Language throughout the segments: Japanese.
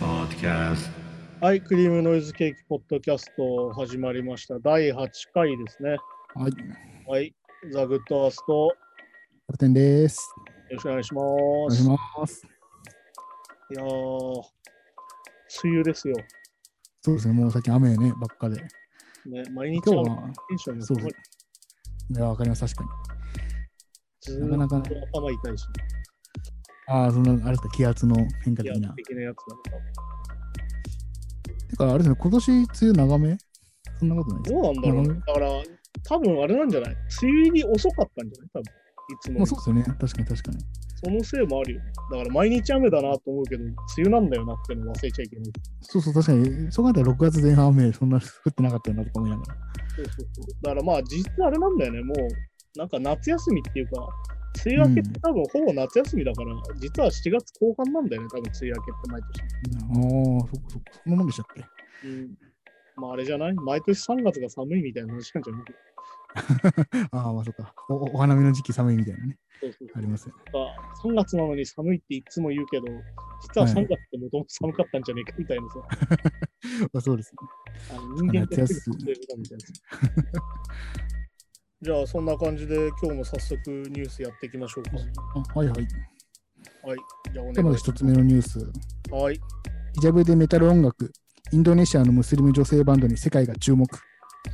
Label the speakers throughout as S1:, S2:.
S1: podcast.
S2: はい、クリームノイズケーキポッドキャスト始まりました。第8回ですね。
S3: はい、
S2: はい、ザ・グッドアースト、よ
S3: キャプテンです。
S2: ろしくお願いしま
S3: お
S2: す。い
S3: ます。
S2: やー、梅雨ですよ。
S3: そうですね、もう最近雨ね、ばっかで。
S2: ね、毎日
S3: 今日
S2: は
S3: は、
S2: テンションが
S3: そうですいや、わかります、確かに。
S2: ずー
S3: なか
S2: っ
S3: なかね、
S2: と頭痛いし、
S3: ああ、そんな、あれですか、気圧の変化
S2: いや
S3: 的な。
S2: 的なやつなのか
S3: てか、あれですね、今年、梅雨長めそんなことないです。
S2: どうなんだろうね
S3: うん
S2: だから、多分あれなんじゃない梅雨入り遅かったんじゃない多分。いつもよ
S3: まあ、
S2: り
S3: そうですよね、確かに確かに。
S2: そのせいもあるよね。だから毎日雨だなと思うけど、梅雨なんだよなっての忘れちゃいけない。
S3: そうそう、確かに、そう考えたら6月前半雨、そんな降ってなかったよなとか思いながら。
S2: そうそうそうだからまあ実質あれなんだよね、もうなんか夏休みっていうか、梅雨明けって多分ほぼ夏休みだから、実は7月後半なんだよね、多分梅雨明けって毎
S3: ああ、そっかそっか、そんなもんでしたっけ。
S2: 年。うん、まああれじゃない毎年3月が寒いみたいな話なんじゃない
S3: ああ、まあそっかお。おお花見の時期寒いみたいなね、
S2: そうそうそ
S3: あ
S2: う
S3: りますよね。
S2: 3月なのに寒いっていつも言うけど、実は
S3: は
S2: 3
S3: い
S2: 月ってもともと寒かったんじゃねえかみたいなさ、
S3: まあ、そうですね。
S2: あの人間って
S3: 夏休み
S2: みたいな。じゃあそんな感じで今日も早速ニュースやっていきましょうか。
S3: あはいはい。
S2: はい、じゃあお
S3: で
S2: 願
S3: も
S2: いし
S3: 一つ目のニュース。
S2: ます。はい
S3: ヒジャブでメタル音楽、インドネシアのムスリム女性バンドに世界が注目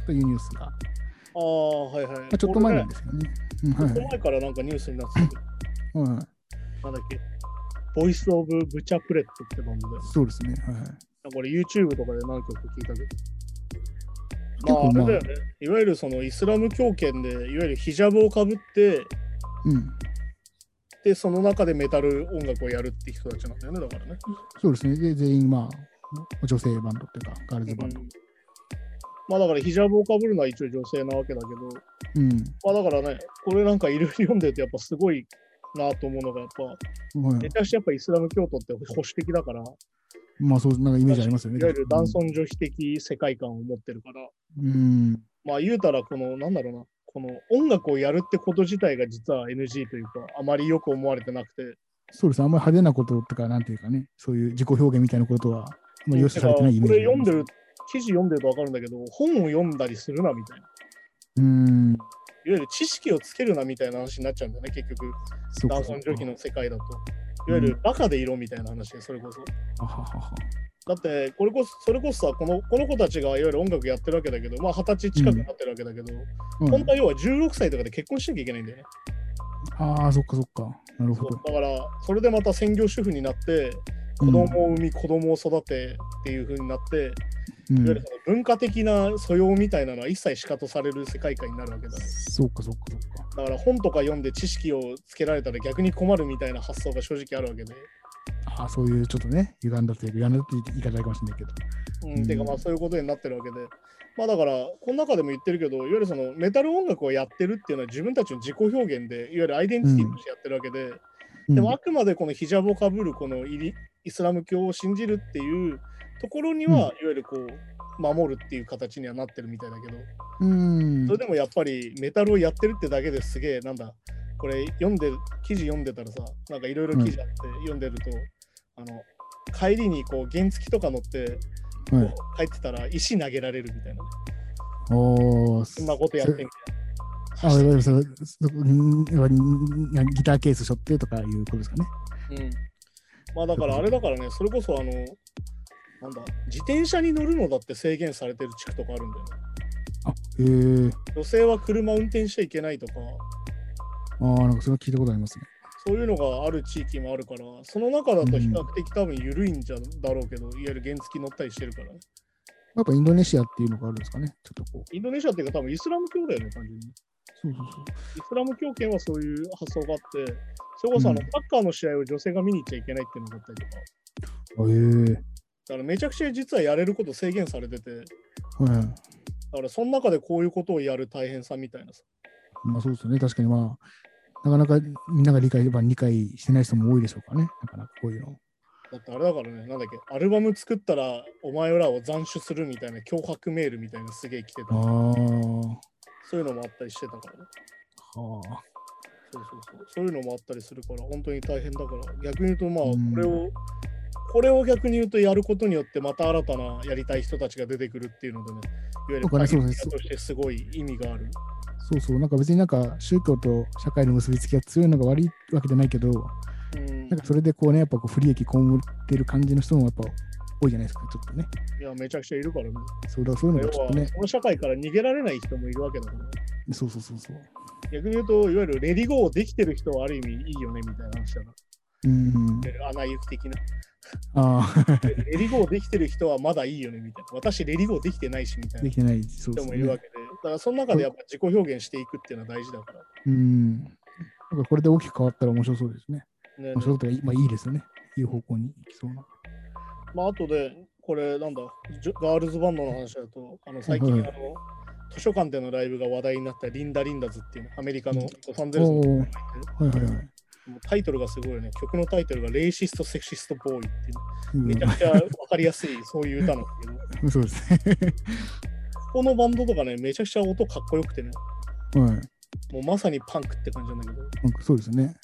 S3: というニュースが、ま
S2: ああ、はいはい。
S3: あ、ちょっと前なん
S2: で
S3: ですけどね。うん
S2: ちょ
S3: は
S2: っ
S3: い
S2: と前からなんかニュースになってたけど、
S3: はいはい、
S2: なんだっけ、ボイスオブブチャプレットってバンドで、
S3: そうですね。はいはい、
S2: これ YouTube とかで何曲聞いたけ
S3: 結
S2: ど、まあ
S3: 構、ま
S2: あ
S3: あ
S2: れだよね、いわゆるそのイスラム教圏で、いわゆるヒジャブをかぶって、
S3: うん、
S2: で、その中でメタル音楽をやるって人たちなんだよね、だからね。
S3: そうですね。で、全員、まあ、女性バンドっていうか、ガールズバンド。
S2: まあだからヒジャブをかぶるのは一応女性なわけだけど、
S3: うん。
S2: まあだからね、これなんかいろいろ読んでるとやっぱすごいなと思うのが、やっぱ、
S3: はい
S2: めちゃくちゃやっぱイスラム教徒って保守的だから、
S3: まあ、そう、なんかイメージありますよね。
S2: いわゆる男尊女卑的世界観を持ってるから、
S3: うん。
S2: まあ言うたらこのなんだろうなこの音楽をやるってこと自体が実は NG というかあまりよく思われてなくて
S3: そうですね。あんまり派手なこととか、なんていうかね、そういう自己表現みたいなことは、まあ、良しとされてないイメージ
S2: これ読んでる記事読んでると分かるんだけど本を読んだりするなみたいないわ
S3: うん。
S2: ゆる知識をつけるなみたいな話になっちゃうんだよね結局
S3: そうか
S2: 男尊女卑の世界だといわゆるバカでいろみたいな話でそれこそ
S3: あははは
S2: だってこれこそそれこそさこのこの子たちがいわゆる音楽やってるわけだけどまあ二十歳近くなってるわけだけど、
S3: うん
S2: 本当は要は16歳とかで結婚しなきゃいけないんだよね
S3: ああ、そっかそっか。なる
S2: そ
S3: ほ
S2: う
S3: ど。
S2: だからそれでまた専業主婦になって子供を産み、子供を育てっていう風になって、
S3: う
S2: いわゆ
S3: ん
S2: るその文化的な素養みたいなのは一切しかとされる世界観になるわけだね
S3: そうかそうかそうか。
S2: だから本とか読んで知識をつけられたら逆に困るみたいな発想が正直あるわけで、
S3: ああそういうちょっとね、歪んだというか、歪んだって言い方あるかもしれないけど。
S2: うん
S3: うん
S2: てかまあそういうことになってるわけでまあだからこの中でも言ってるけどいわゆるそのメタル音楽をやってるっていうのは自分たちの自己表現でいわゆるアイデンティティとしてやってるわけで、
S3: うん
S2: でもあくまでこのヒジャブをかぶるこのイリイスラム教を信じるっていうところには、
S3: うん
S2: いわゆるこう守るっていう形にはなってるみたいだけど
S3: うん
S2: それでもやっぱりメタルをやってるってだけですげえなんだこれ読んで記事読んでたらさなんかいろいろ記事あって読んでると、あの帰りにこう原付とか乗ってこ
S3: は
S2: う
S3: い、
S2: 帰ってたら石投げられるみたいな、
S3: おお、
S2: そんなことやってみたい
S3: あ、わかりましたそうん要はうんギターケース背負ってとかいうことですかね。
S2: うん、まあだからあれだからね、それこそあの、なんだ、自転車に乗るのだって制限されてる地区とかあるんだよね。
S3: あ、へえ。
S2: 女性は車運転しちゃいけないとか、
S3: ああ、なんかそれは聞いたことありますね。
S2: そういうのがある地域もあるから、その中だと比較的多分緩いんじゃだろうけど、いわゆる原付乗ったりしてるからね。
S3: やっぱインドネシアっていうのがあるんですかね。ちょっとこう。
S2: インドネシアっていうか多分イスラム教だよね、単純に。
S3: そうそうそう。
S2: イスラム教圏はそういう発想があって、それこそあの、
S3: うん
S2: サッカーの試合を女性が見に行っちゃいけないっていうのがあったりとか、
S3: へえ。
S2: だからめちゃくちゃ実はやれること制限されてて、だ
S3: はい。
S2: からその中でこういうことをやる大変さみたいなさ。
S3: まあそうですよね。確かにまあ、なかなかみんなが理解、まあ、理解してない人も多いでしょうからね。なかなかこういうの。
S2: だってあれだからね、なんだっけ、アルバム作ったらお前らを斬首するみたいな脅迫メールみたいなすげえ来てた。
S3: あ
S2: そういうのもあったりしてたからね。
S3: あ。はあ。
S2: そうそうそう。そういうのもあったりするから、本当に大変だから、逆に言うとまあ、
S3: うん
S2: これをこれを逆に言うとやることによってまた新たなやりたい人たちが出てくるっていうのでね、いわゆる
S3: そうかね
S2: パイオ
S3: そう
S2: ニア
S3: です
S2: としてすごい意味がある。
S3: そうそう、なんか別になんか宗教と社会の結びつきが強いのが悪いわけじゃないけど、
S2: うん
S3: なんかそれでこうね、やっぱこう不利益被ってる感じの人もやっぱ多いじゃないですか、ちょっとね。
S2: いや、めちゃくちゃいるからね。
S3: そうだ、そういうの
S2: 要
S3: がちょっ
S2: は
S3: とね、、
S2: この社会から逃げられない人もいるわけだから、
S3: そうそうそうそう。
S2: 逆に言うと、いわゆるレディゴーできてる人はある意味いいよねみたいな話だ な。
S3: うん。
S2: いわゆるアナ雪的な。
S3: ああ、
S2: レディゴーできてる人はまだいいよねみたいな。私、レディゴーできてないしみたい
S3: で
S2: な
S3: きてない。そうで
S2: 人
S3: す
S2: もいるわ
S3: ね。
S2: けで、だからその中でやっぱ自己表現していくっていうのは大事だから。
S3: うん。なんかこれで大きく変わったら面白そうですね。
S2: ね
S3: 面白いというか、まあいいですよね。いい方向に行きそうな。
S2: まあ、あとで、これ、なんだ、ジョガールズバンドの話だと、あの最近、
S3: は
S2: あ
S3: い
S2: の図書館でのライブが話題になったリンダ・リンダズっていうね、アメリカのロサンゼルス
S3: お
S2: の
S3: おーはいはいはい。
S2: もうタイトルがすごいよね。曲のタイトルがレイシスト・セクシスト・ボーイっていう、
S3: うん
S2: めちゃくちゃわかりやすい、そういう歌なんだけど、
S3: そうですね。
S2: ここのバンドとかね、めちゃくちゃ音かっこよくてね、
S3: はい。
S2: もうまさにパンクって感じなんだけど。
S3: なんかそうですね。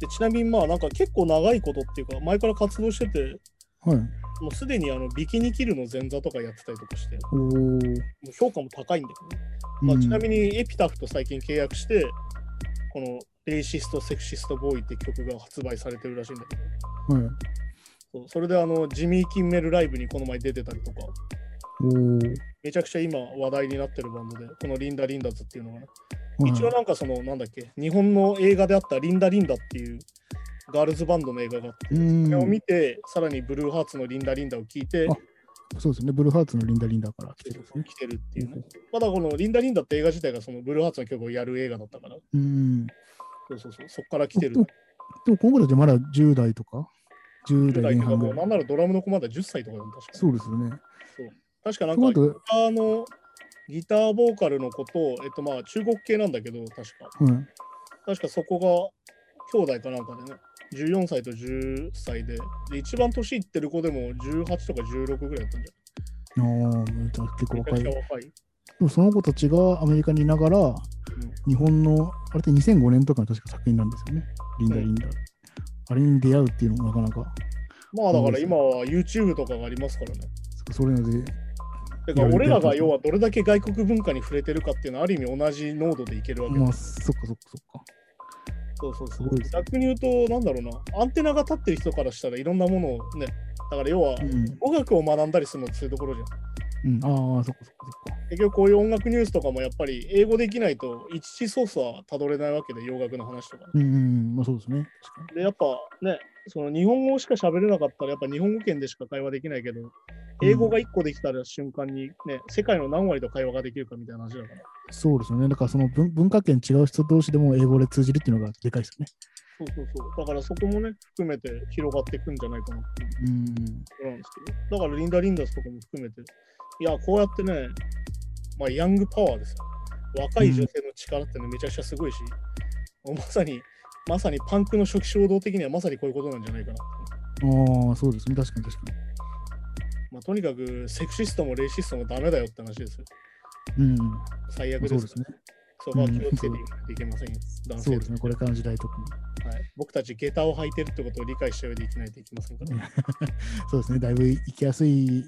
S2: でちなみにまあなんか結構長いことっていうか前から活動してて
S3: はい。
S2: もうすでにあのビキニキルの前座とかやってたりとかしても
S3: おお。
S2: う評価も高いんだけどねまあ、ちなみ
S3: に。
S2: にエピタフと最近契約して、このレイシスト・セクシスト・ボーイって曲が発売されてるらしいんだけど、
S3: はい。
S2: そうそれであのジミー・キンメルライブにこの前出てたりとか、
S3: おお。
S2: めちゃくちゃ今話題になってるバンドで、このリンダ・リンダズっていうのがね、
S3: はい
S2: 一応なんかその、なんだっけ、日本の映画であったリンダ・リンダっていうガールズバンドの映画があって、
S3: うん
S2: それを見て、さらにブルーハーツのリンダ・リンダを聴いて、
S3: あそうですね。ブルーハーツのリンダリンダから来てるんですね。
S2: 来てるっていうね。まだこのリンダ・リンダって映画自体がそのブルーハーツの曲をやる映画だったから、
S3: うん。
S2: そうそうそう、そっから来てる。
S3: でも今後だってまだ10代とか、10
S2: 10
S3: 代
S2: 代と
S3: 前
S2: か
S3: 半
S2: も
S3: ぐ
S2: う
S3: ら
S2: ないん。ならドラムの子まだ10歳とかだもん確かに。
S3: そうですよね。
S2: 確かな
S3: その
S2: んかギ
S3: 後、
S2: ターのギターボーカルの子と、えっとまあ中国系なんだけど、確か。
S3: はい。
S2: 確かそこが兄弟かなんかでね、14歳と10歳で、で一番年いってる子でも18とか16ぐらいだったんじ
S3: ああ、じゃあ結
S2: ゃ
S3: 構
S2: ない
S3: 若
S2: め
S3: い。
S2: ちゃく
S3: で
S2: ちゃ若い。
S3: もその子たちがアメリカにいながら、日本の、あれって2005年とかの確か作品なんですよね。リンダ
S2: うん
S3: リンダ。あれに出会うっていうのもなかなか、
S2: まあだから今は YouTube とかがありますからね。
S3: そそれので、
S2: だから俺らが要はどれだけ外国文化に触れてるかっていうのはある意味同じ濃度でいけるわけ
S3: まあ、そっかそっかそっか。
S2: そうそうそ
S3: すごいで
S2: う。
S3: すね
S2: 逆に言うと、なんだろうな、アンテナが立ってる人からしたらいろんなものをね、だから要は
S3: うん。
S2: 語学を学んだりするのってそういうところじゃん。
S3: うん、ああ、そっかそっかそっか。
S2: 結局こういう音楽ニュースとかもやっぱり英語できないと一次ソースはたどれないわけで、洋楽の話とかね。
S3: うんうん、まあそうですね。確かに。
S2: で、やっぱね、その日本語しか喋れなかったらやっぱ日本語圏でしか会話できないけど、英語が1個できたら瞬間にね、世界の何割と会話ができるかみたいな話だから。
S3: そうですよね。だからその文文化圏違う人同士でも英語で通じるっていうのがでかいですよね。
S2: そうそうそう。だからそこもね、含めて広がっていくんじゃないかなっていう。
S3: うん。
S2: なんですけど、だからリンダ・リンダスとかも含めて、いや、こうやってね、まあ、ヤングパワーですよ。若い女性の力ってね、めちゃくちゃすごいし、もうまさに、まさにパンクの初期衝動的にはまさにこういうことなんじゃないかな。
S3: ああ、そうですね。確かに確か
S2: まあ、とにかく、セクシストもレイシストもダメだよって話ですよ。
S3: に。うん。
S2: 最悪
S3: まあ
S2: ですよ
S3: そうですね。
S2: そこは
S3: うん
S2: 気をつけていかないといけませんよ。男
S3: そ
S2: 性
S3: うですね。これからの時代特に。
S2: はい。僕たち下駄を履いてるってことを理解した上で生きないといけませんから。
S3: そうですね。だいぶ行きやすい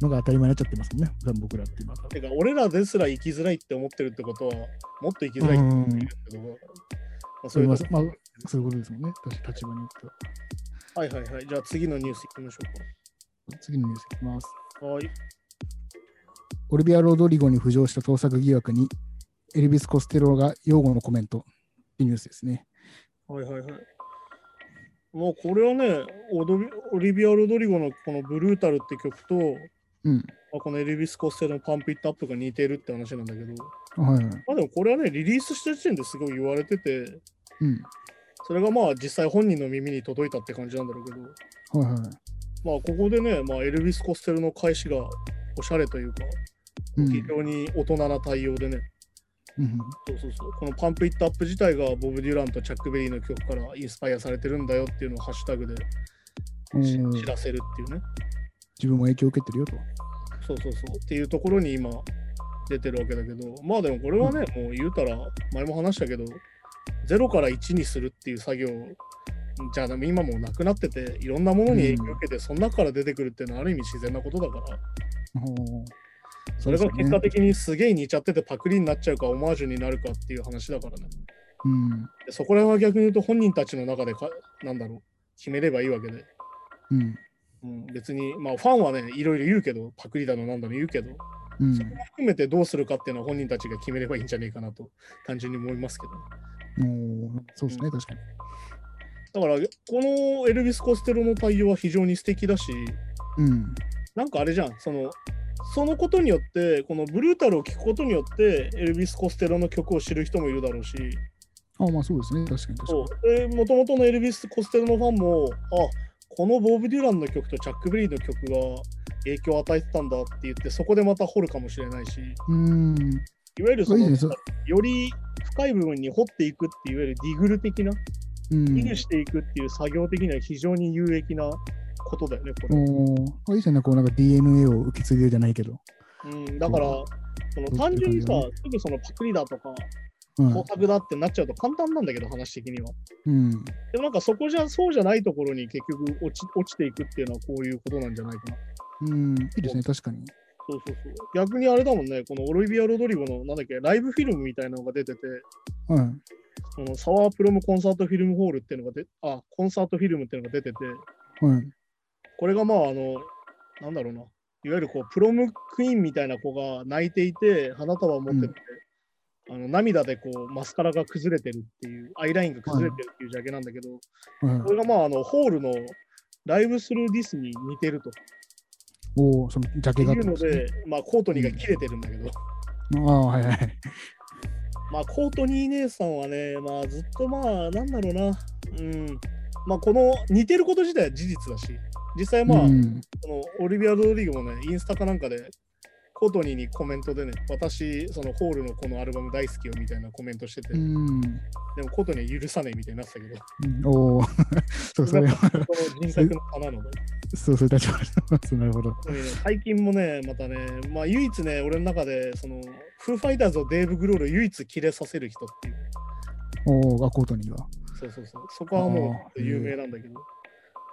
S3: のが当たり前になっちゃってますもんね。僕らって今。
S2: てか、俺らですら生きづらいって思ってるってことは、もっと生きづらいって思ってるってことだから。まあ、
S3: そ
S2: そうい
S3: れ
S2: う
S3: は
S2: こと、
S3: まあ、そういうことですもんね。確かに立場によっては。
S2: はいはいはい。じゃあ次のニュース行きましょ
S3: 次のニュースいきます。
S2: うか。はい。
S3: オルビア・ロドリゴに浮上した盗作疑惑に、エルビス・コステロが擁護のコメントっていうニュースですね。
S2: はいはいはい。もうこれはね、オドビオリビア・ロドリゴのこのブルータルって曲と、
S3: うん。
S2: まあこのエルビス・コステロのパンプ・イット・アップが似てるって話なんだけど、
S3: はいはい。
S2: まあでもこれはね、リリースした時点ですごい言われてて、
S3: うん。
S2: それがまあ実際本人の耳に届いたって感じなんだろうけど、
S3: はいはい。
S2: まあここでね、まあ、エルビス・コステロの返しがおしゃれというか、
S3: うん
S2: 非常に大人な対応でね、
S3: うん
S2: そうそうそう。このパンプイットアップ自体がボブ・デュランとチャック・ベリーの曲からインスパイアされてるんだよっていうのをハッシュタグで
S3: うん
S2: し
S3: うん
S2: 知らせるっていうね。
S3: 自分も影響を受けてるよと。
S2: そうそうそう。っていうところに今出てるわけだけど、まあでもこれはね、もう言うたら、前も話したけど、0から1にするっていう作業をじゃあでも今もうなくなってていろんなものに影響を受けて、その中から出てくるっていうのはある意味自然なことだから
S3: おー
S2: それが結果
S3: そうです
S2: 的
S3: ね
S2: にすげえ似ちゃっててパクリになっちゃうかオマージュになるかっていう話だからね
S3: うん
S2: でそこら辺は逆に言うと本人たちの中でかなんだろう決めればいいわけで、
S3: うん
S2: うん、別にまあファンはねいろいろ言うけどパクリだのなんだの言うけど
S3: うん
S2: 含めてどうするかっていうのは本人たちが決めればいいんじゃないかなと単純に思いますけど
S3: おーそうですね、確かに。
S2: だからこのエルビス・コステロの対応は非常に素敵だし
S3: うん。
S2: なんかあれじゃんそのそのことによってこのブルータルを聴くことによってエルビス・コステロの曲を知る人もいるだろうし
S3: あまあそうですね、確かに確か
S2: そ
S3: に。
S2: うで元々のエルビス・コステロのファンもあこのボブ・デュランの曲とチャック・ブリーの曲が影響を与えてたんだって言ってそこでまた掘るかもしれないし
S3: うーん。
S2: いわゆるそ
S3: いい
S2: の
S3: ですね
S2: より深い部分に掘っていくっていういわゆるディグル的な
S3: うん
S2: 危。惧していくっていう作業的には非常に有益なことだよね、これ。
S3: おーあいいですね、こうなんか DNA を受け継いでるじゃないけど。
S2: うん、だから、その単純にさ、すぐそのパクリだとか、
S3: うん
S2: 盗。作だってなっちゃうと簡単なんだけど、話的には。
S3: うん。
S2: でもなんかそこじゃ、そうじゃないところに結局落ち落ちていくっていうのはこういうことなんじゃないかな。
S3: うん。いいですね、確かに。
S2: そうそうそう。逆にあれだもんね、このオリビア・ロドリゴの、なんだっけ、ライブフィルムみたいなのが出てて、
S3: うん。
S2: そのサワープロムコンサートフィルムホールっていうのがで、あ、コンサートフィルムっていうのが出てて、
S3: うん。
S2: これがまああのなんだろうないわゆるこうプロムクイーンみたいな子が泣いていて花束を持ってて、あの涙でこうマスカラが崩れてるっていうアイラインが崩れてるっていうジャケなんだけど、
S3: うん
S2: こ、れがまああのホールのライブスルーディスに似てると
S3: おお、そのジャケが
S2: いうので、まあ、コートニーが切れてるんだけど、
S3: ああ、はいはい。
S2: まあコートニー姉さんはね、まあ、ずっとまあなんだろうなうんまあこの似てること自体は事実だし実際まあ、
S3: うん、
S2: そのオリビア・ロドリゴもね、インスタかなんかで、コートニーにコメントでね、私、そのホールのこのアルバム大好きよみたいなコメントしてて、
S3: うん。
S2: でもコートニーは許さねえみたいになってた けど、
S3: おお、そう、それは、
S2: この人作の差なので、
S3: そう、 そういう立場です。なるほど。
S2: 特にね最近もね、またね、まあ唯一ね、俺の中で、その、フーファイターズをデーブ・グロールを唯一キレさせる人っていう、
S3: おお、がコートには。
S2: そうそうそう、そこはも
S3: あ
S2: う
S3: ー
S2: 有名なんだけど、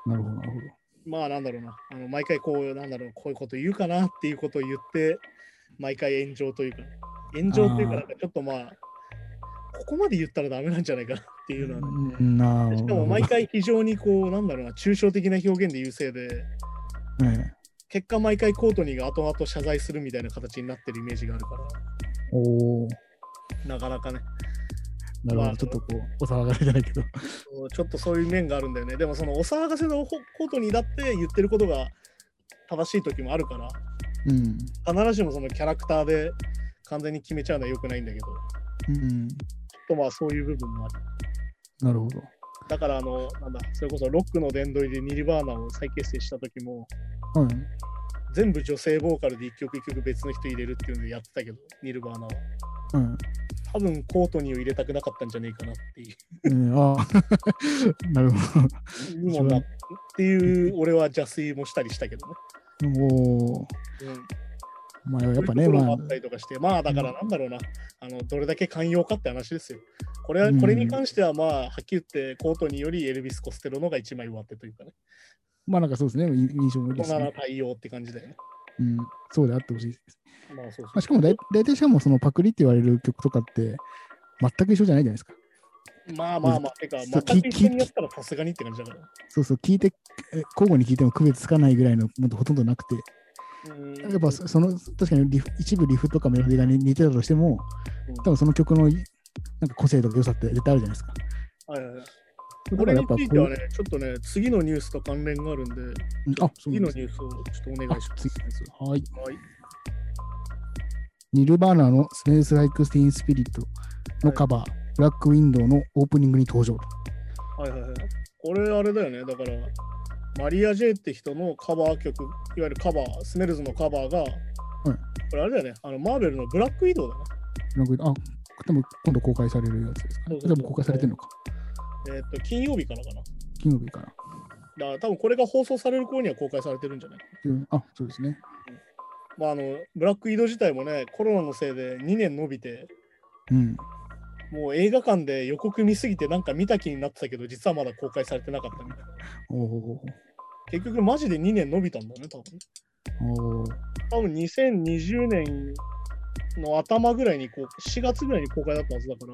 S3: なるほど、なるほど。
S2: まあなんだろうな、あの毎回こう、なんだろう、こういうこと言うかなっていうことを言って、毎回炎上というか、炎上というか、
S3: あー
S2: なんかちょっとまあ、ここまで言ったらダメなんじゃないかなっていうのはね、
S3: うんなあ
S2: しかも毎回非常にこう、なんだろうな、抽象的な表現で優勢で、
S3: ね
S2: 結果毎回コートニーが後々謝罪するみたいな形になってるイメージがあるから、
S3: おお、
S2: なかなかね、
S3: なるほ
S2: まあ
S3: ど。ちょっとこう、お騒がれじゃないけど。
S2: そうちょっとそういう面があるんだよね。でもそのお騒がせのコートニーだって言ってることが正しい時もあるから、
S3: う
S2: 必
S3: ん。
S2: ずしもそのキャラクターで完全に決めちゃうのは良くないんだけど、ちょっ
S3: うん。
S2: とまあそういう部分もある。
S3: なるほど。
S2: だからあの、なんだ、それこそロックの殿堂入りでニルバーナを再結成した時も、
S3: はい。
S2: 全部女性ボーカルで一曲一曲別の人入れるっていうのでやってたけど、ニルバーナは。
S3: うん。
S2: 多分コートニーを入れたくなかったんじゃねえかなっていう
S3: うん、ああ、 なるほど。
S2: にもなっていう、俺は邪推もしたりしたけどね。
S3: お
S2: う
S3: お、
S2: ん
S3: まあやっぱね、
S2: そういうところ
S3: ま
S2: もあ
S3: あ、
S2: ったりとかして、まあだからなんだろうな、あのどれだけ寛容かって話ですよ。これはこれに関しては、まあ、はっきり言って、コートによりエルビス・コステロのが一枚上手というかね、
S3: まあなんかそうですね、い印象もいい
S2: 大
S3: です
S2: 人な
S3: ね。
S2: 対応って感じだよね。
S3: うん、そうであってほしいです。
S2: まあそう
S3: ま
S2: そ
S3: あ、しかも大大体しかもそのパクリって言われる曲とかって、全く一緒じゃないじゃないですか。
S2: う。まあまあまあ、てか、
S3: そう
S2: 全く
S3: き
S2: 一緒にやったらさすがにって感じだから。
S3: そうそう、聞いて、え交互に聞いても区別つかないぐらいのもっとほとんどなくて、
S2: うん
S3: やっぱそその、確かにリフ一部リフとかメロディーがね似てたとしても、多分その曲のいなんか個性とか良さって絶対あるじゃないですか。
S2: はいはいはい
S3: だ
S2: こ
S3: から
S2: れ
S3: や
S2: に
S3: っぱ
S2: つ
S3: こ
S2: いうてはね、ちょっとね、次のニュースと関連があるんで、
S3: うんあ、そう
S2: 次
S3: なん
S2: の
S3: です
S2: ニュースをちょっとお願いします。
S3: あはい。
S2: はい
S3: ニルバーナのスメルス・ライク・スティーン・スピリットのカバー、ブラック・ウィンドウのオープニングに登場と。
S2: はいはいはい。これあれだよね。だから、マリア・ジェイって人のカバー曲、いわゆるカバー、スメルズのカバーが、
S3: うん
S2: これあれだよね。あの、マーベルのブラック・ウィドウだね。
S3: ブラックウィンドウあ、多分今度公開されるやつですか
S2: そ
S3: ね。
S2: うそう
S3: 多
S2: そう
S3: 分公開されてるのか。
S2: えーっ、と、金曜日からかな。
S3: 金曜日から。
S2: だから多分これが放送される頃には公開されてるんじゃない
S3: うんあ、そうですね。
S2: まああの、ブラック・ウィドウ自体もね、コロナのせいで2年延びて、
S3: うん。
S2: もう映画館で予告見すぎてなんか見た気になってたけど、実はまだ公開されてなかったみたいな。
S3: おお
S2: 結局マジで2年伸びたんだね、多分。
S3: おお
S2: 多分2020年の頭ぐらいにこう、4月ぐらいに公開だったはずだか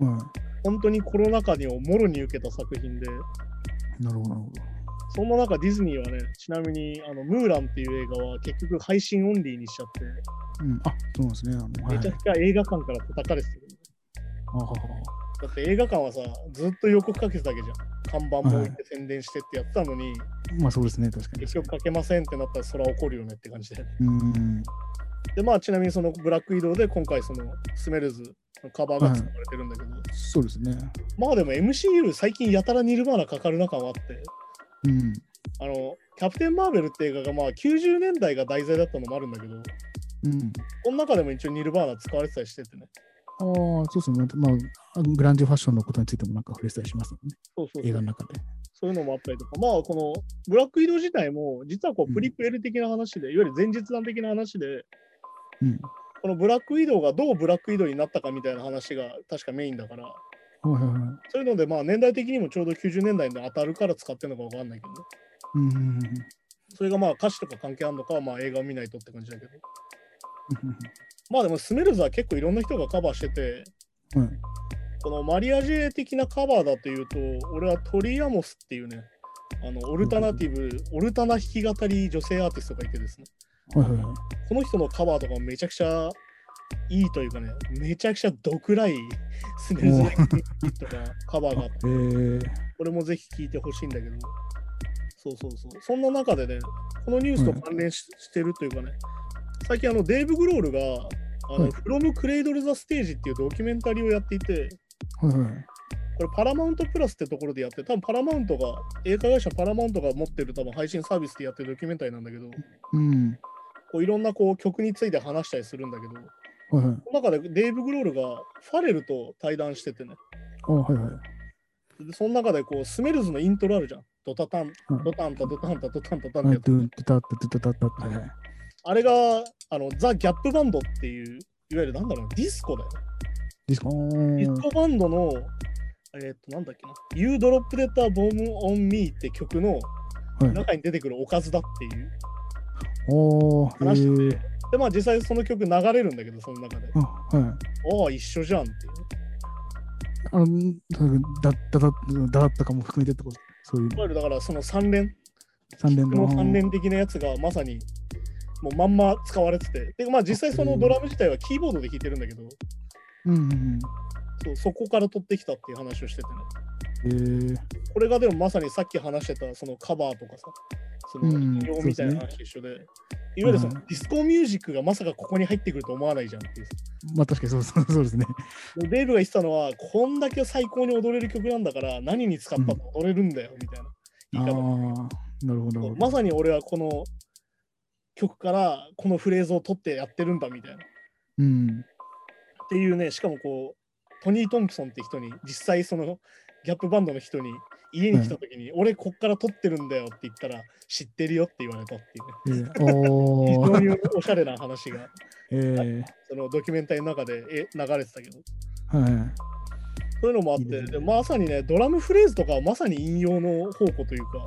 S2: ら、
S3: うん。
S2: 本当にコロナ禍にをもろに受けた作品で、
S3: なるほど、なるほ
S2: そんな中ディズニーはね、ちなみにあのムーランっていう映画は結局配信オンリーにしちゃって、
S3: ど。うん。あ、そうなんですね。あのは
S2: め
S3: い
S2: ちゃくちゃ映画館から叩かれてる。
S3: あはは
S2: だって映画館はさ、ずっと予告かけてたわけじゃん。看板も置いて宣伝してってやってたのに、
S3: まあそうですね、確かに。
S2: 結局かけませんってなったらそら怒るよねって感じで。
S3: うん。
S2: で、まあちなみにそのブラック移動で今回そのスメルズのカバーが使われてるんだけど、
S3: そうですね。
S2: まあでも MCU 最近やたらニルバーナかかる中はあって、
S3: うん。
S2: あの、キャプテン・マーベルって映画がまあ90年代が題材だったのもあるんだけど、
S3: うん。
S2: この中でも一応ニルバーナ使われてたりしててね。
S3: ああ、そうですね。まあ、グランジファッションのことについてもなんか触れたりしますもんね。
S2: そうそう
S3: 映
S2: そ
S3: 画
S2: う
S3: の中で。
S2: そういうのもあったりとか、まあこのブラック移動自体も実はこ
S3: うん
S2: うプリクエル的な話で、いわゆる前日談的な話で、
S3: うん。
S2: このブラック移動がどうブラック移動になったかみたいな話が確かメインだから、
S3: はいはいはい。
S2: そういうのでまあ年代的にもちょうど90年代に当たるから使ってるのかわかんないけど、ね、
S3: うんうんうんうん。
S2: それがまあ歌詞とか関係あるのかはまあ映画を見ないとって感じだけど、まあでもスメルズは結構いろんな人がカバーしてて、
S3: うんうん。
S2: このマリア・ジェ的なカバーだというと、俺はトリー・アモスっていうね、あのオルタナティブ、オルタナ弾き語り女性アーティストがいてですね、
S3: はいはいはい。
S2: この人のカバーとかもめちゃくちゃいいというかね、めちゃくちゃ毒らいスメルズ・ライク・ティーンとかカバーがあって、
S3: えー、
S2: これもぜひ聴いてほしいんだけど、そうそうそう、そんな中でね、このニュースと関連し,、してるというかね、最近あのデーブ・グロールが、あ
S3: は
S2: の
S3: い
S2: フロム・クレイドル・ザ・ステージっていうドキュメンタリーをやっていて、
S3: はいはい。
S2: これパラマウントプラスってところでやって、多分パラマウントが、映画会社パラマウントが持ってる多分配信サービスでやってるドキュメンタリーなんだけど、
S3: うん。
S2: こういろんなこう曲について話したりするんだけど、
S3: はいはい。
S2: その中でデーブ・グロールがファレルと対談しててね、
S3: あはいはい。
S2: でその中でこうスメルズのイントロあるじゃん。ドタタン、ドタンタ、ドタンタ、ドタンタ、ドタンタ
S3: は
S2: や
S3: い。
S2: つ
S3: ドゥン、ドゥタッタ、ドゥタッタッタ。はいはい。
S2: あれがあのザ・ギャップバンドっていう、いわゆるなんだろうな、ディスコだよね。
S3: ディスコ
S2: ディ
S3: ー
S2: スコバンドの、えーっと、なんだっけな、You Drop That Bomb on Me って曲の
S3: はい。
S2: 中に出てくるおかずだっていう。
S3: おー、
S2: 話して
S3: え
S2: で、まあ実際その曲流れるんだけど、その中で。
S3: ー。あ、はい。
S2: ああ、一緒じゃんっていう。
S3: あの、だ、だ、だ、だだったかも含めてってこと。そういう
S2: いわゆるだからその3連、
S3: 三連
S2: この3連的なやつがまさにもうまんま使われてて。で、まあ実際そのドラム自体はキーボードで弾いてるんだけど、
S3: うんうんうん。
S2: そうそこから取ってきたっていう話をしててね。
S3: えー、
S2: これがでもまさにさっき話してたそのカバーとかさ、その
S3: う
S2: 音
S3: ん
S2: 量みたいな話と一緒で、いわゆるその
S3: うん
S2: ディスコミュージックがまさかここに入ってくると思わないじゃんっていう。
S3: まあ確かにそうそうそうですね。
S2: でデーブが言ってたのは、こんだけ最高に踊れる曲なんだから、何に使ったら踊れるんだよみたいな
S3: あ
S2: 言
S3: あ
S2: い方。
S3: ー、なるほど。なるほど
S2: まさに俺はこの曲からこのフレーズを取ってやってるんだみたいな。っ
S3: うん。
S2: ていうね、しかもこう、トニー・トンプソンって人に、実際そのギャップバンドの人に家に来た時に、俺こっから取ってるんだよって言ったら、知ってるよって言われたっていうね。
S3: えー、お
S2: 非常
S3: ー、
S2: におしゃれな話が、
S3: え
S2: そのドキュメンタリーの中でえ流れてたけど、
S3: ー、はい。
S2: そういうのもあって、
S3: いいです
S2: で
S3: ね
S2: まさにね、ドラムフレーズとかはまさに引用の宝庫というか、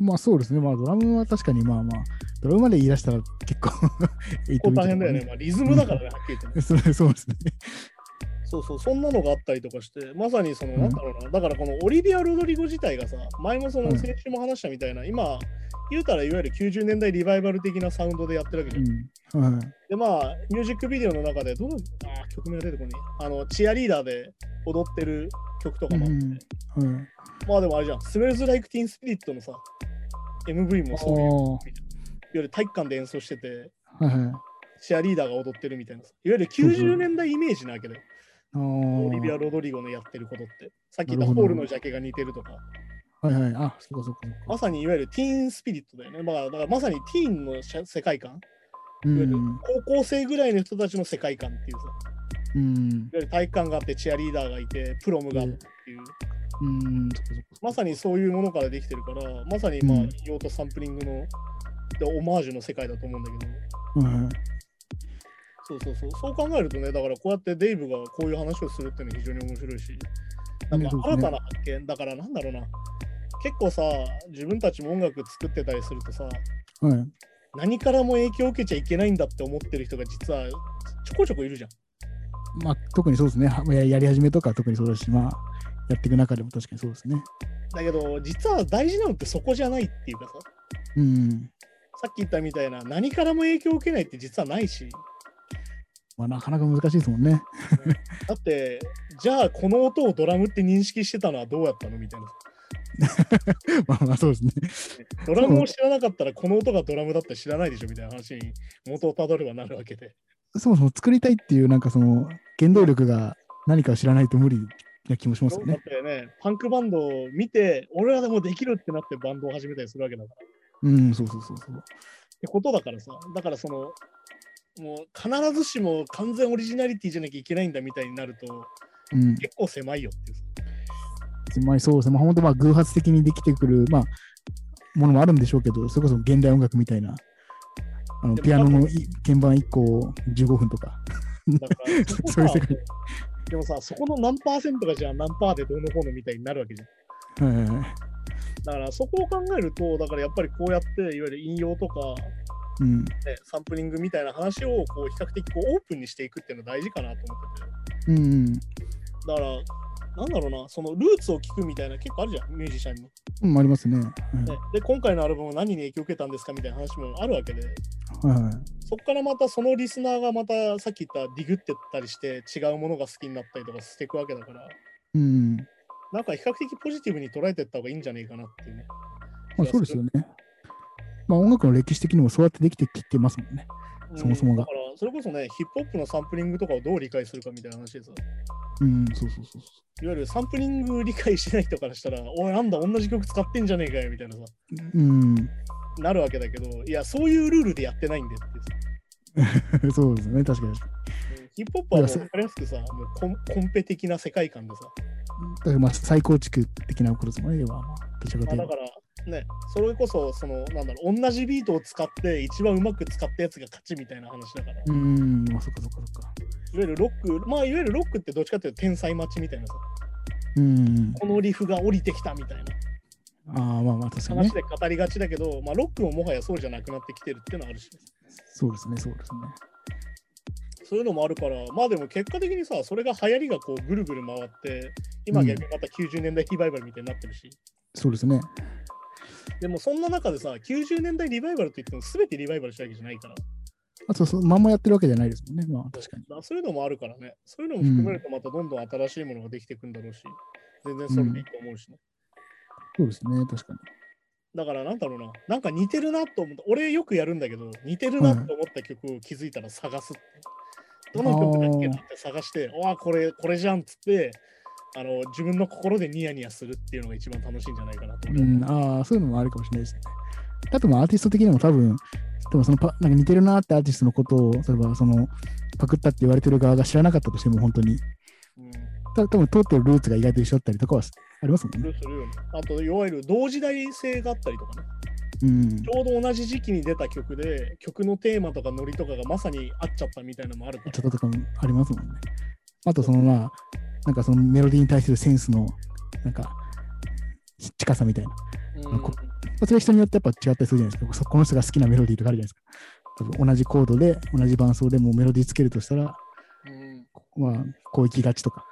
S3: まあそうですね。まあドラムは確かにまあまあ、ドラムまで言い出したら結構 えっ
S2: ここ
S3: とみた
S2: 大
S3: いな
S2: 変だ
S3: のが
S2: よ
S3: ね、
S2: ね、まあ、リズムだからね、はっきり言ってね。
S3: それそうですね。
S2: そうそう、そんなのがあったりとかして、まさにその、
S3: うん
S2: なんだろうな、だからこのオリビア・ロドリゴ自体がさ、前もその
S3: うん
S2: 先週も話したみたいな、今、言うたらいわゆる90年代リバイバル的なサウンドでやってるわけじゃん。
S3: うん。はい。
S2: で、まあ、ミュージックビデオの中で、どのあー曲名が出てこない、あの、チアリーダーで踊ってる曲とかもあって、
S3: うんはい。
S2: まあでもあれじゃん、スメルズ・ライク・ティーン・スピリットのさ、MV もそういう、いわ
S3: おー
S2: ゆる体育館で演奏してて、
S3: はいはい。
S2: シェアリーダーが踊ってるみたいなさ、いわゆる90年代イメージなわけだよ、オ
S3: オ
S2: リビア・ロドリゴのやってることって。さっき言ったホールのジャケが似てるとか、
S3: はいはい。あ、そうかそうかそう
S2: ま
S3: か。
S2: さにいわゆるティーン・スピリットだよね。まあ、だからまさにティーンのしゃ世界観、
S3: う
S2: いわゆる
S3: ん。
S2: 高校生ぐらいの人たちの世界観っていうさ、いわ
S3: うん。
S2: ゆる体育館があって、チアリーダーがいて、プロムがあってっていう、
S3: うん。そっかそっか
S2: まさにそういうものからできてるから、まさにまあ
S3: うん、
S2: 用途サンプリングの、でオマージュの世界だと思うんだけど、
S3: はいはい
S2: そうそうそう。そう考えるとね、だからこうやってデイブがこういう話をするっていうのは非常に面白いし、なん
S3: ね
S2: か
S3: そう
S2: 新
S3: ですね
S2: たな発見、だからなんだろうな。結構さ、自分たちも音楽作ってたりするとさ、
S3: はい。
S2: 何からも影響を受けちゃいけないんだって思ってる人が実はちょこちょこいるじゃん。
S3: まあ、特にそうですね。はややり始めとかは特にそうだし、まあ、やっていく中でも確かにそうですね。
S2: だけど、実は大事なのってそこじゃないっていうかさ、
S3: うん。
S2: さっき言ったみたいな、何からも影響を受けないって実はないし、
S3: まあ、なかなか難しいですもんね。
S2: だって、じゃあこの音をドラムって認識してたのはどうやったのみたいな。
S3: まあまあ、そうですね。
S2: ドラムを知らなかったらこの音がドラムだって知らないでしょみたいな話に元をたどればなるわけで。
S3: そもそも作りたいっていう、なんかその、原動力が何かを知らないと無理な気もします
S2: だっ
S3: よね。
S2: てね、パンクバンドを見て、俺らでもできるってなってバンドを始めたりするわけだから。っ
S3: うん、そうそうそうそう。
S2: てことだからさ、だからその、もう必ずしも完全オリジナリティじゃなきゃいけないんだみたいになると
S3: うん。
S2: 結構狭いよっていう。
S3: まあ、そうですね。まあ、本当、まあ、偶発的にできてくる、まあ、ものもあるんでしょうけど、それこそ現代音楽みたいな、あの
S2: でも
S3: ピアノのい鍵盤1個を15分とか。
S2: だからそこ
S3: そういう世
S2: さ
S3: 界
S2: でもさ、そこの何パーセントがじゃあ何パーでどうのこうのみたいになるわけじゃん。
S3: はいはいはい。
S2: だからそこを考えると、だからやっぱりこうやっていわゆる引用とか、
S3: うん。
S2: ね、サンプリングみたいな話をこう比較的こうオープンにしていくっていうのは大事かなと思ってて
S3: うんうん。
S2: だからなんだろうなそのルーツを聞くみたいな結構あるじゃんミュージシャンにも、
S3: うん、ありますね。はい
S2: ね、で今回のアルバムは何に影響を受けたんですかみたいな話もあるわけで
S3: はいはい。
S2: そこからまたそのリスナーがまたさっき言ったディグってったりして違うものが好きになったりとかしていくわけだから
S3: うん。
S2: なんか比較的ポジティブに捉えていった方がいいんじゃないかなっていうね
S3: まあ、そうですよね。まあ、音楽の歴史的にもそうやってできてきてますもんね。そもそもが
S2: うんだからそれこそねヒップホップのサンプリングとかをどう理解するかみたいな話ですよ
S3: うん、そうそうそうそ
S2: いわゆるサンプリング理解しない人からした ら、おい、なんだ、同じ曲使ってんじゃねえかよ、みたいなさ、
S3: う。うん。
S2: なるわけだけど、いや、そういうルールでやってないんでってさ
S3: そうですね。確かに。
S2: ヒップホップはもう
S3: いや
S2: 分かりやすくさ、もうコンコンペ的な世界観でさ、
S3: だからまあ、再構築的なことですもんね。要は、まあ、どちら
S2: ま
S3: か
S2: あ
S3: とい
S2: だ
S3: う
S2: か
S3: と。
S2: ら、ね、それこそ、その、なんだろう、同じビートを使って、一番うまく使ったやつが勝ちみたいな話だから、いわ
S3: うん、まあ、そっかそっかそっか。
S2: ゆるロック、まあ、いわゆるロックってどっちかっていうと天才待ちみたいなさ、
S3: うん。
S2: このリフが降りてきたみたいな
S3: ああ、まあまあ、確かにね
S2: 話。で語りがちだけど、まあ、ロックももはやそうじゃなくなってきてるっていうのはあるし、
S3: そうですね、そうですね。
S2: そういうのもあるから、まあでも結果的にさ、それが流行りがこうぐるぐる回って、今逆にまた90年代リバイバルみたいになってるし、
S3: そうですね。
S2: でもそんな中でさ、90年代リバイバルといっても全てリバイバルしたわけじゃないから、だ
S3: あと、そうまんまやってるわけじゃないですもんね。まあ、確かに。
S2: からそういうのもあるからね、そういうのも含めるとまたどんどん新しいものができていくんだろうし、全然それでいいと思うしね。
S3: そうですね、確かに。
S2: だからなんだろうな、なんか似てるなと思った、俺よくやるんだけど、似てるなと思った曲を気づいたら探すって。どの曲だっけなって探して、わあ、これ、これじゃんっつって、あの、自分の心でニヤニヤするっていうのが一番楽しいんじゃないかなと思
S3: うん、ああ、そういうのもあるかもしれないですね。あと、まあ、アーティスト的にも多分、でもそのパなんか似てるなってアーティストのことを、例えばその、パクったって言われてる側が知らなかったとしても、本当に、
S2: うん、
S3: た多分通ってるルーツが意外と一緒だったりとかはありますもん
S2: そ
S3: ね。
S2: れするよね。あと、いわゆる同時代性があったりとかね、
S3: うん
S2: ち。ょうど同じ時期に出た曲で、曲のテーマとかノリとかがまさに合っちゃったみたいなのもあるか
S3: ちょっととかもありますもんね。あと、そのまあ、なんかそのメロディーに対するセンスの、なんか、し近さみたいな。ま
S2: ら。
S3: んあそれは人によってやっぱ違ったりするじゃないですか。そこの人が好きなメロディーとかあるじゃないですか。多分同じコードで、同じ伴奏でもうメロディーつけるとしたら、
S2: うん。
S3: まあ、こう行きがちとか、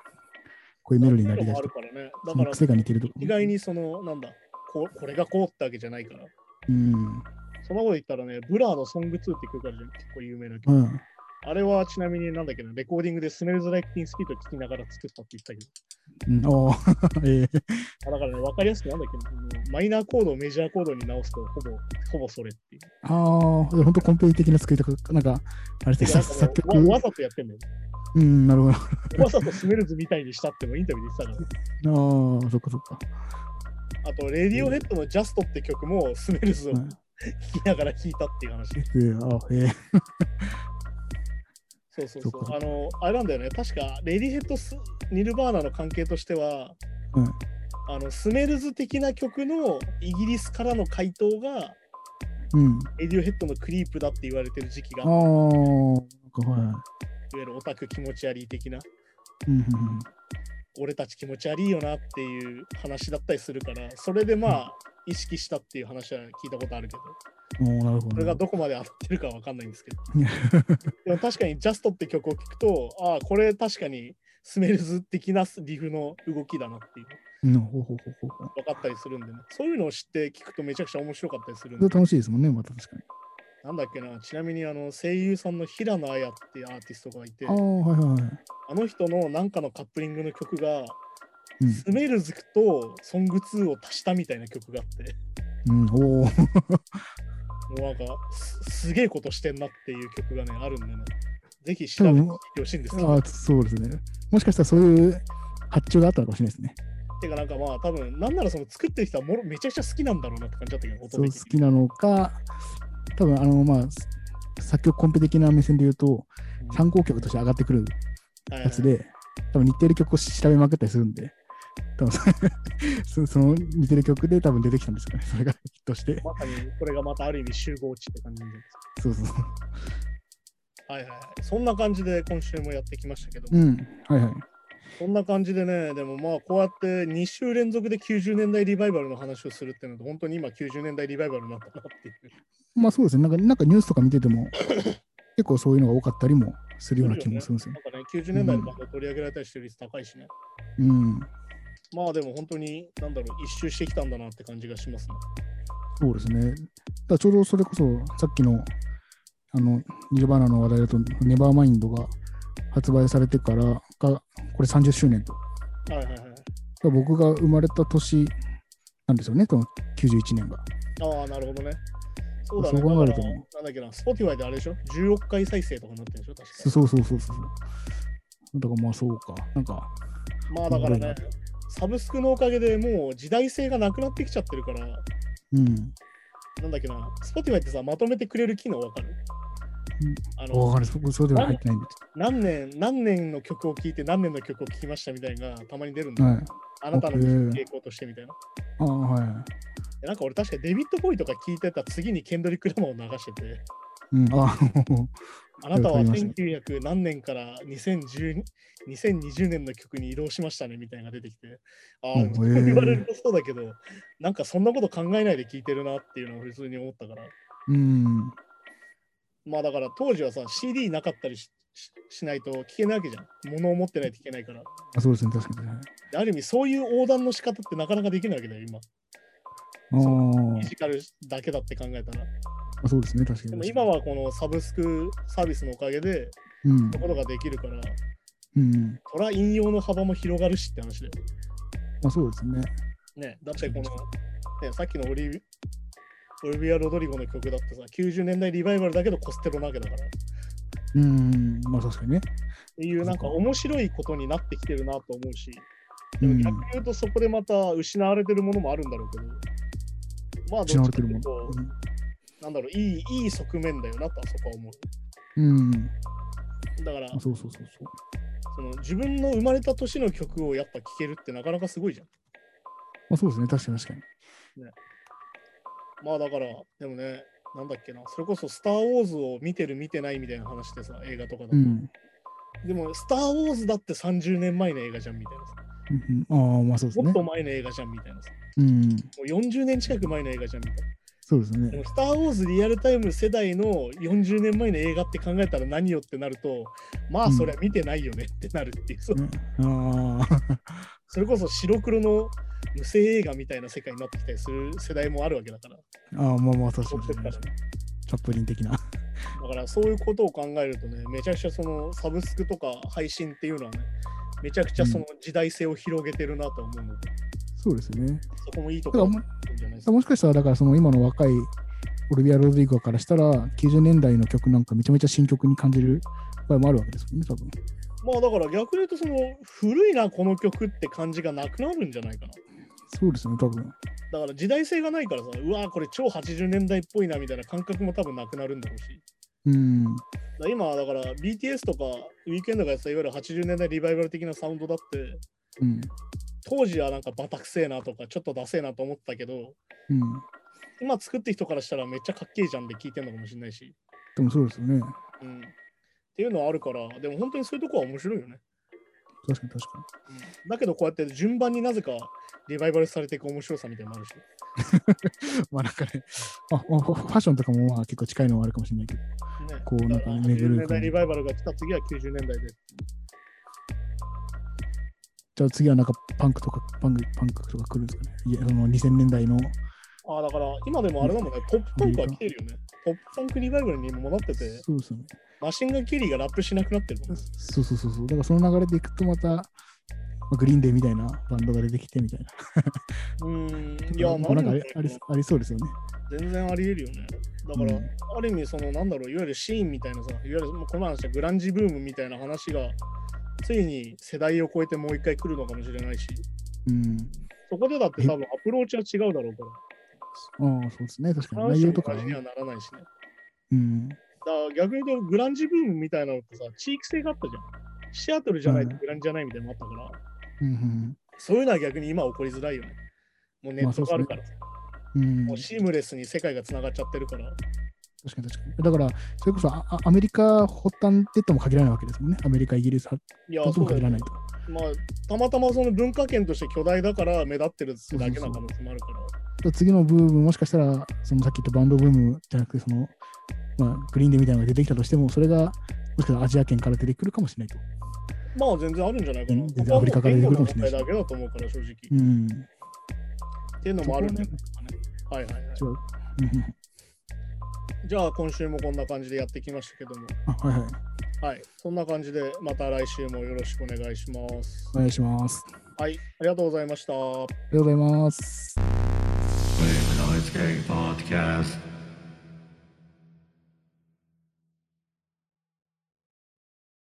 S3: こういうメロディーになり
S2: そういうのもあ
S3: がち
S2: る
S3: と
S2: か
S3: か、
S2: らね。だ
S3: そ
S2: か
S3: の
S2: ら、
S3: 癖が似てるとか。
S2: 意外にその、なんだ、こうこれがこうってわけじゃないから。
S3: うん。
S2: そんなこと言ったらね、ブラーのソング2って曲あるじゃん、結構有名な曲。
S3: うん。
S2: あれはちなみになんだっけど、レコーディングでスメルズ・ライク・ティン・スキーと聞きながら作ったって言ったけ
S3: うん、おお、 ええ
S2: ど、あだからね、わかりやすくなんだっけど、マイナーコードをメジャーコードに直すとほぼ、ほぼそれっていう。
S3: ああ、本当コンペ的な作りとか、なんか、あれで
S2: だ
S3: さ
S2: から
S3: 作
S2: ね
S3: 曲、
S2: わわざとやってんだよ。
S3: うん、なるほど。
S2: わざとスメルズみたいにしたってもインタビューで言ってたか
S3: ああ、そっかそっか。
S2: ら。あと、レディオヘッドのジャストって曲もスメルズを
S3: うん
S2: 聞きながら弾いたっていう話。
S3: えああ、ええ
S2: そうそうそ
S3: そうっ。か
S2: あの、あれなんだよね、確か、レディヘッドス・ニルバーナの関係としては、
S3: うん。
S2: あのスメルズ的な曲のイギリスからの回答が
S3: うん。
S2: エディオヘッドのクリープだって言われてる時期が
S3: ああ、なんかはい
S2: わゆるオタク気持ち悪い的な、
S3: い。うんうんうん。
S2: 俺たち気持ち悪いよなっていう話だったりするから、それでまあ、意識したっていう話は聞いたことあるけど、
S3: おーなるほ
S2: そ
S3: ど
S2: れが
S3: ね。
S2: どこまで当たってるかわかんないん ですけど
S3: いや。
S2: でも確かに Just って曲を聴くと、ああ、これ確かにスメルズ的なリフの動きだなっていう
S3: うん、ほうほうほうほうほう。
S2: 分かったりするんでね。そういうのを知って聞くとめちゃくちゃ面白かったりするん
S3: それ
S2: で。
S3: 楽しいですもんね、また確かに。
S2: なんだっけな、ちなみにあの声優さんの平野綾っていうアーティストがいて、
S3: ああ、はいはいはい。
S2: あの人のなんかのカップリングの曲が、
S3: うん
S2: スメルズとソング2を足したみたいな曲があって、
S3: うん、おお、
S2: もうなんかすすげえことしてんなっていう曲がね、あるんでね、ぜひ調べて聞いてほしいんですけど
S3: あ。ーそうですね。もしかしたらそういう発注があったのかもしれないですね。
S2: てかなんかまあ多分なんならその作ってる人はもろめちゃくちゃ好きなんだろうなって感じだったけど、音
S3: そう好
S2: 的に
S3: きなのか、多分あの、まあ、作曲コンペ的な目線で言うと、参考曲として上がってくるやつで、多分似てる曲を調べまくったりするんで、多分そそその似てる曲で多分出てきたんですよね、それがヒットして。
S2: まさにこれがまたある意味集合値って感じなんで
S3: そうそうそう。
S2: はいはいはい。そんな感じで今週もやってきましたけど、
S3: うん、はいはい。
S2: そんな感じでね、でもまあこうやって2週連続で90年代リバイバルの話をするっていうのと、本当に今90年代リバイバルになったなっていう。
S3: まあそうですね、なんかなんかニュースとか見てて も、結構そういうのが多かったりもするような気もするんですよ
S2: な
S3: ね。
S2: んかね、90年代のバンド取り上げられたりしてる率高いしね。
S3: うん、
S2: まあでも本当に、なんだろう、一周してきたんだなって感じがしますね。
S3: そうですね。だからちょうどそれこそ、さっきの、あの、ニルバーナの話題だと、ネバーマインドが発売されてからが、これ30周年と。だか
S2: はいはいはい。
S3: ら僕が生まれた年なんですよね、この91年が。
S2: ああ、なるほどね。そうだね。
S3: そう考える
S2: だ
S3: と
S2: からなんだっけな、Spotify であれでしょ ?10 億回再生とかになってるでしょ確か
S3: そうそうそうそうそう。だからまあそうか。なんか、
S2: まあだから
S3: すご
S2: ね
S3: いな、
S2: サブスクのおかげでもう時代性がなくなってきちゃってるから、
S3: うん。
S2: なんだっけな、Spotify ってさ、まとめてくれる機能わかる
S3: うん
S2: あの、
S3: わかる。そこ、それでは入ってないんで
S2: 何年、何年の曲を聴いて何年の曲を聴きましたみたいなのがたまに出るん
S3: す。
S2: だよ。
S3: はい。
S2: あなたの傾向としてみたいな。
S3: ああ、は
S2: でなんか俺確かデビッド・ボーイとか聴いてた次にケンドリック・ラマーを流してて、
S3: い。うん。ああ、
S2: あなたは
S3: わかりま
S2: 1900何年から2010 2020年の曲に移動しましたねみたいなのが出てきて、ああ、
S3: うん
S2: そう
S3: へえ
S2: 言われるとそうだけど、なんかそんなこと考えないで聞いてるなっていうのを普通に思ったから、
S3: うん。
S2: まあだから当時はさ、CD なかったりしししないと聞けないわけじゃん。物を持ってないと聞けないから。
S3: あそうですね、確かに。はい
S2: である意味そういう横断の仕方ってなかなかできないわけだよ、今。
S3: あ
S2: フィジカルだけだって考えたら。
S3: あ、そうですね、確かに。
S2: でも今、はこのサブスクサービスのおかげで、
S3: うん
S2: と。ころができるから、
S3: うん。
S2: そら引用の幅も広がるしって話だよ。
S3: まあそうですね。
S2: ね、だってこの、ね、さっきのオリビオリビア・ロドリゴの曲だってさ、90年代リバイバルだけどコステロなわけだから。っ
S3: うん、まあ確かにね。
S2: ていう、なんか
S3: そうか
S2: 面白いことになってきてるなと思うし、でも逆に言うとそこでまた失われてるものもあるんだろうけど、まあどっち
S3: 失
S2: か
S3: われ
S2: って
S3: てる
S2: い
S3: も
S2: うと、
S3: の。
S2: なんだろう、いい、いい側面だよなとはそこは思う。
S3: うん。
S2: だから
S3: あ、そうそうそうそう。
S2: その自分の生まれた年の曲をやっぱ聴けるってなかなかすごいじゃん。
S3: まあそうですね、確かに確かに。
S2: まあだから、でもね、なんだっけな、それこそスター・ウォーズを見てる見てないみたいな話でさ、映画とかだと。
S3: うん。
S2: でも、スター・ウォーズだって30年前の映画じゃんみたいなさ。
S3: うんうんああ、まあそうです
S2: もっ
S3: ね
S2: と。前の映画じゃんみたいなさ。
S3: うん。
S2: もう40年近く前の映画じゃんみたい
S3: そうです
S2: な。で
S3: ね。
S2: も、スター・ウォーズリアルタイム世代の40年前の映画って考えたら何よってなると、ま
S3: う
S2: あ
S3: ん
S2: それは見てないよねってなるっていう、そう
S3: うんああ。
S2: それこそ白黒の無声映画みたいな世界になってきたりする世代もあるわけだから。
S3: ああ、まあまあ、確か
S2: 持
S3: に
S2: って
S3: 確
S2: った
S3: かに
S2: ら。
S3: チャップリン的な。
S2: だからそういうことを考えるとね、めちゃくちゃそのサブスクとか配信っていうのはね、めちゃくちゃその時代性を広げてるなと思うので、
S3: そうですね。
S2: そこもいいと
S3: だか
S2: こ
S3: ら
S2: ろ
S3: も
S2: なんじゃないですか。
S3: もしかしたら、だからその今の若いオルビア・ロドリゴからしたら、90年代の曲なんかめちゃめちゃ新曲に感じる場合もあるわけですもんね、多分。
S2: まあだから逆に言うと、その古いな、この曲って感じがなくなるんじゃないかな。
S3: そうですね、多分。
S2: だから時代性がないからさ、うわーこれ超80年代っぽいなみたいな感覚も多分なくなるんだろうし。
S3: うん。
S2: だから今はだから BTS とかウィーケンドがやってたいわゆる80年代リバイバル的なサウンドだって、
S3: うん。
S2: 当時はなんかバタくせえなとかちょっとダセえなと思ったけど、
S3: うん。
S2: 今作ってる人からしたらめっちゃかっけえじゃんで聞いてるのかもしれないし、
S3: でもそうですよね。
S2: うん。っていうのはあるから、でも本当にそういうとこは面白いよね。
S3: 確かに確かに。
S2: う んだけどこうやって順番になぜかリバイバルされていく面白さみたいなのもあるし。
S3: まあなんかね、まあ、まあファファッションとかもまあ結構近いのはあるかもしれないけど。
S2: ね、
S3: こうなんか巡る
S2: 80年代リバイバルが来た次は90年代で。
S3: じゃあ次はなんかパンクとか、パンクパンクとか来るんですかね。いや、その2000年代の、
S2: ああ、だから今でもあれだもんね、ポップパンクは来てるよね。ポップパンクリバイバルにもなってて、
S3: そうですよね。
S2: マシンガンキリーがラップしなくなってるもん。
S3: そうそうそうそう。だからその流れでいくとまた、まあ、グリーンデーみたいなバンドが出てきてみたいな。
S2: うん、いや、
S3: まあなんかあ
S2: な
S3: り
S2: る
S3: ありありそうですよね。
S2: 全然あり得るよね。だから、
S3: うん
S2: ある意味、その、なんだろう、いわゆるシーンみたいなさ、いわゆる、もうこの話はグランジブームみたいな話が、ついに世代を超えてもう一回来るのかもしれないし、
S3: うん。
S2: そこでだって多分アプローチは違うだろうか、
S3: ああ、そうですね。確からに内容とか
S2: 話
S3: は
S2: に
S3: ね。
S2: はならないしね。だか
S3: うん。
S2: ら逆に言うと、グランジブームみたいなのってさ、地域性があったじゃん。シアトルじゃないとグランジじゃないみたいなのもあったから、
S3: うん
S2: そういうのは逆に今起こりづらいよね。もうネットがあるからさ、
S3: うんうん。う
S2: も
S3: ん
S2: うシームレスに世界がつながっちゃってるから、
S3: 確かに確かに。だから、それこそああアメリカ発端でとも限らないわけですもんね。アメリカ、イギリス発
S2: いや、
S3: 端
S2: そ
S3: と
S2: う
S3: も
S2: だよ
S3: 限
S2: ね
S3: ら
S2: ま
S3: ないと。
S2: あ、たまたまその文化圏として巨大だから目立ってるってだけな可能性もあるから。
S3: だから次のブーム、もしかしたら、そのさっき言ったバンドブームじゃなくて、その、まあ、グリーンデーみたいなのが出てきたとしても、それが、もしかしたらアジア圏から出てくるかもしれないと。
S2: まあ全然あるんじゃないかな。
S3: うん全
S2: こ
S3: 然
S2: こは
S3: アフリカから出てくるかもしれない
S2: 言語の問題だけだと思うから、正直。
S3: う
S2: っ
S3: ん。
S2: ていうのもあるんじゃないですかね。はいはいはい。
S3: そううん
S2: じゃあ今週もこんな感じでやってきましたけども、
S3: あはいはい。
S2: はい。そんな感じでまた来週もよろしくお願いします
S3: お。願いします。あ
S2: はい。ありがとうございました。
S3: りがとうございます。
S1: Wave Noise Gang Podcast.